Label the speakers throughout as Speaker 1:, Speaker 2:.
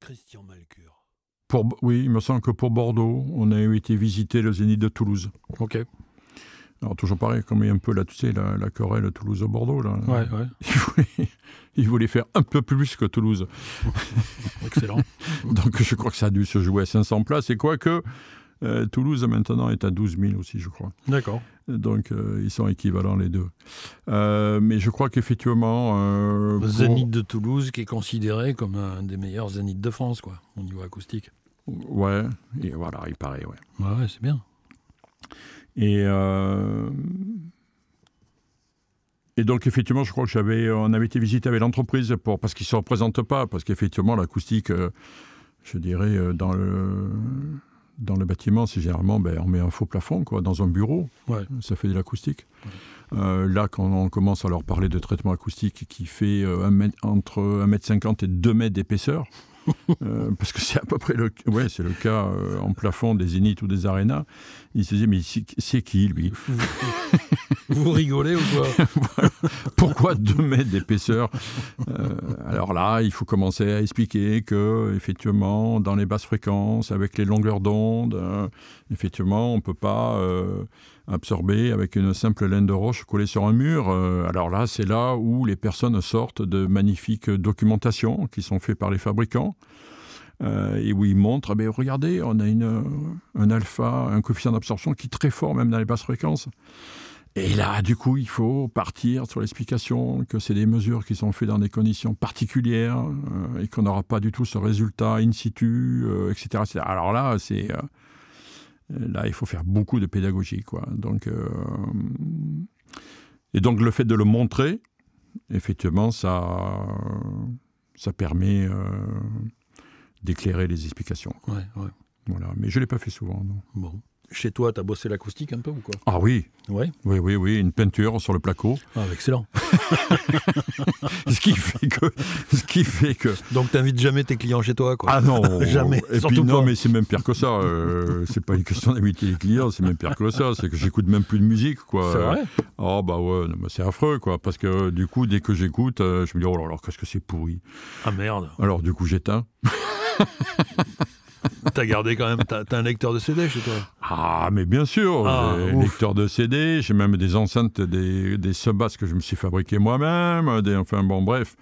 Speaker 1: Christian Malcure.
Speaker 2: Pour, oui, il me semble que pour Bordeaux, on a été visiter le Zénith de Toulouse.
Speaker 3: Ok.
Speaker 2: Alors toujours pareil, comme il y a un peu là, tu sais, la, la querelle Toulouse-Bordeaux, là.
Speaker 3: Ouais, ouais.
Speaker 2: Il voulait, il voulait faire un peu plus que Toulouse.
Speaker 3: Excellent.
Speaker 2: Donc je crois que ça a dû se jouer à 500 places. Et quoique, euh, Toulouse maintenant est à 12 000 aussi, je crois.
Speaker 3: D'accord.
Speaker 2: Donc euh, ils sont équivalents les deux. Euh, mais je crois qu'effectivement... euh, pour-
Speaker 3: Zénith de Toulouse, qui est considéré comme un des meilleurs zéniths de France, quoi, au niveau acoustique.
Speaker 2: Ouais, et voilà, il paraît, ouais.
Speaker 3: Ouais, ouais, c'est bien.
Speaker 2: Et, euh, et donc, effectivement, je crois que j'avais, on avait été visiter avec l'entreprise pour, parce qu'ils ne se représentent pas, parce qu'effectivement, l'acoustique, euh, je dirais, euh, dans le, dans le bâtiment, c'est généralement, ben, on met un faux plafond, quoi, dans un bureau,
Speaker 3: Ouais.
Speaker 2: ça fait de l'acoustique. Euh, là, quand on commence à leur parler de traitement acoustique qui fait euh, un mètre- entre 1m50 et 2 mètres d'épaisseur, euh, parce que c'est à peu près le, ouais, c'est le cas euh, en plafond des zéniths ou des arénas, ils se disaient, mais c'est c'est qui lui
Speaker 3: Vous rigolez ou quoi
Speaker 2: Pourquoi 2 mètres d'épaisseur Euh, Alors là, il faut commencer à expliquer que, effectivement, dans les basses fréquences, avec les longueurs d'onde, euh, effectivement, on ne peut pas euh, absorber avec une simple laine de roche collée sur un mur. Euh, alors là, c'est là où les personnes sortent de magnifiques documentations qui sont faites par les fabricants. euh, et où ils montrent, Ah ben, regardez, on a une, euh, un alpha, un coefficient d'absorption qui est très fort même dans les basses fréquences. Et là, du coup, il faut partir sur l'explication que c'est des mesures qui sont faites dans des conditions particulières euh, et qu'on n'aura pas du tout ce résultat in situ, euh, etc., etc. Alors là, c'est euh, là, il faut faire beaucoup de pédagogie, quoi. Donc euh, et donc le fait de le montrer, effectivement, ça ça permet euh, d'éclairer les explications.
Speaker 3: Ouais, ouais.
Speaker 2: Voilà. Mais je l'ai pas fait souvent. non.
Speaker 3: Bon. Chez toi, t'as bossé l'acoustique un peu ou quoi
Speaker 2: Ah oui,
Speaker 3: Ouais.
Speaker 2: oui, oui, oui, une peinture sur le placo.
Speaker 3: Ah, excellent.
Speaker 2: ce qui fait que ce qui fait que
Speaker 3: Donc, t'invites jamais tes clients chez toi, quoi.
Speaker 2: ah non
Speaker 3: Jamais,
Speaker 2: et puis
Speaker 3: surtout
Speaker 2: non
Speaker 3: pas.
Speaker 2: mais c'est même pire que ça euh, c'est pas une question d'amitié des clients c'est même pire que ça c'est que j'écoute même plus de musique quoi
Speaker 3: c'est vrai
Speaker 2: oh bah ouais non, mais c'est affreux quoi parce que euh, du coup dès que j'écoute euh, je me dis oh là là qu'est-ce que c'est pourri
Speaker 3: Ah merde.
Speaker 2: alors du coup j'éteins
Speaker 3: T'as gardé quand même. T'as t'as un lecteur de CD chez toi
Speaker 2: ah mais bien sûr
Speaker 3: Ah,
Speaker 2: j'ai
Speaker 3: ouf.
Speaker 2: lecteur de CD j'ai même des enceintes des des sub-basses que je me suis fabriquées moi-même des enfin bon bref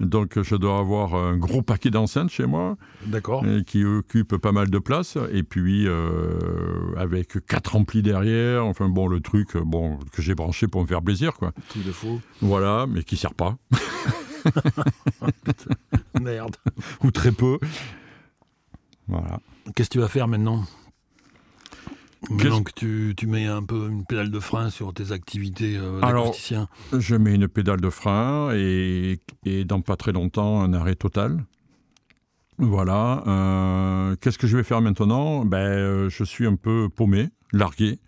Speaker 2: donc je dois avoir un gros paquet d'enceintes chez moi
Speaker 3: D'accord.
Speaker 2: et Euh, qui occupe pas mal de place. Et puis, euh, avec quatre amplis derrière, enfin bon, le truc euh, bon, que j'ai branché pour me faire plaisir, quoi.
Speaker 3: Tout de faux.
Speaker 2: Voilà, mais qui sert pas,
Speaker 3: Merde.
Speaker 2: ou très peu. Voilà.
Speaker 3: Qu'est-ce que tu vas faire maintenant Maintenant
Speaker 2: Qu'est-ce-
Speaker 3: que tu, tu mets un peu une pédale de frein sur tes activités euh,
Speaker 2: Alors-
Speaker 3: d'acousticien.
Speaker 2: Je mets une pédale de frein et, et dans pas très longtemps, un arrêt total. Voilà. Euh, Qu'est-ce que je vais faire maintenant ben, euh, Je suis un peu paumé, largué,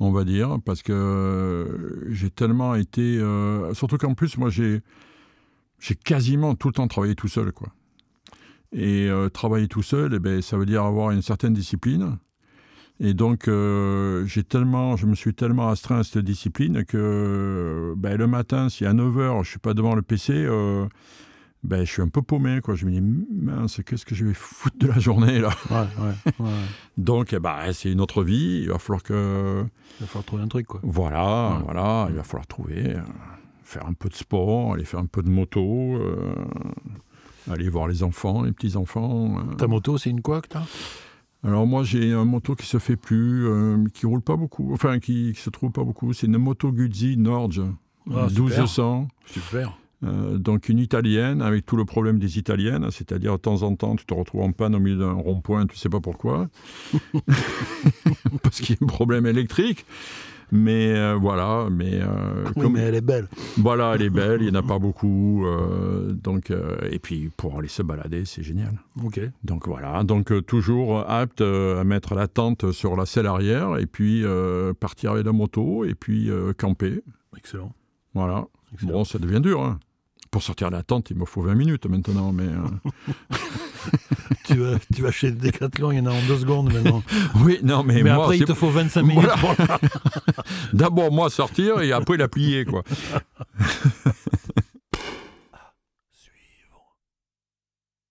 Speaker 2: on va dire, parce que euh, j'ai tellement été. euh, surtout qu'en plus, moi, j'ai j'ai quasiment tout le temps travaillé tout seul. quoi. Et euh, travailler tout seul, eh ben, ça veut dire avoir une certaine discipline. Et donc, euh, j'ai tellement, je me suis tellement astreint à cette discipline que ben, le matin, si à 9h, je ne suis pas devant le PC, euh, ben, je suis un peu paumé. Quoi. Je me dis, mince, qu'est-ce que je vais foutre de la journée là
Speaker 3: Ouais, ouais, ouais.
Speaker 2: Donc, eh ben, c'est une autre vie. Il va falloir que.
Speaker 3: Il va falloir trouver un truc, quoi.
Speaker 2: Voilà,
Speaker 3: Ouais.
Speaker 2: voilà, il va falloir trouver. euh, faire un peu de sport, aller faire un peu de moto, euh, aller voir les enfants, les petits-enfants. euh.
Speaker 3: Ta moto, c'est une quoi que t'as
Speaker 2: Alors moi j'ai un moto qui se fait plus, euh, qui roule pas beaucoup, enfin qui, qui se trouve pas beaucoup. C'est une moto Guzzi Norge
Speaker 3: Ah, super.
Speaker 2: 1200,
Speaker 3: Super.
Speaker 2: euh, donc une italienne avec tout le problème des italiennes, c'est-à-dire de temps en temps tu te retrouves en panne au milieu d'un rond-point, tu sais pas pourquoi, parce qu'il y a un problème électrique. Mais euh, voilà, mais, euh,
Speaker 3: Oui,
Speaker 2: comme-
Speaker 3: mais elle est belle.
Speaker 2: voilà, elle est belle, il n'y en a pas beaucoup, euh, donc euh, et puis pour aller se balader, c'est génial.
Speaker 3: Ok.
Speaker 2: Donc voilà, donc euh, toujours apte euh, à mettre la tente sur la selle arrière et puis euh, partir avec la moto et puis euh, camper.
Speaker 3: Excellent.
Speaker 2: Voilà.
Speaker 3: Excellent.
Speaker 2: Bon, ça devient dur. hein. Pour sortir de la tente, il me faut 20 minutes maintenant, mais euh,
Speaker 3: tu, vas, tu vas chez Decathlon, il y en a en deux secondes maintenant.
Speaker 2: oui, non, mais,
Speaker 3: mais
Speaker 2: moi,
Speaker 3: après, il
Speaker 2: c'est-
Speaker 3: te faut 25 minutes.
Speaker 2: Voilà. d'abord moi sortir et après la plier quoi.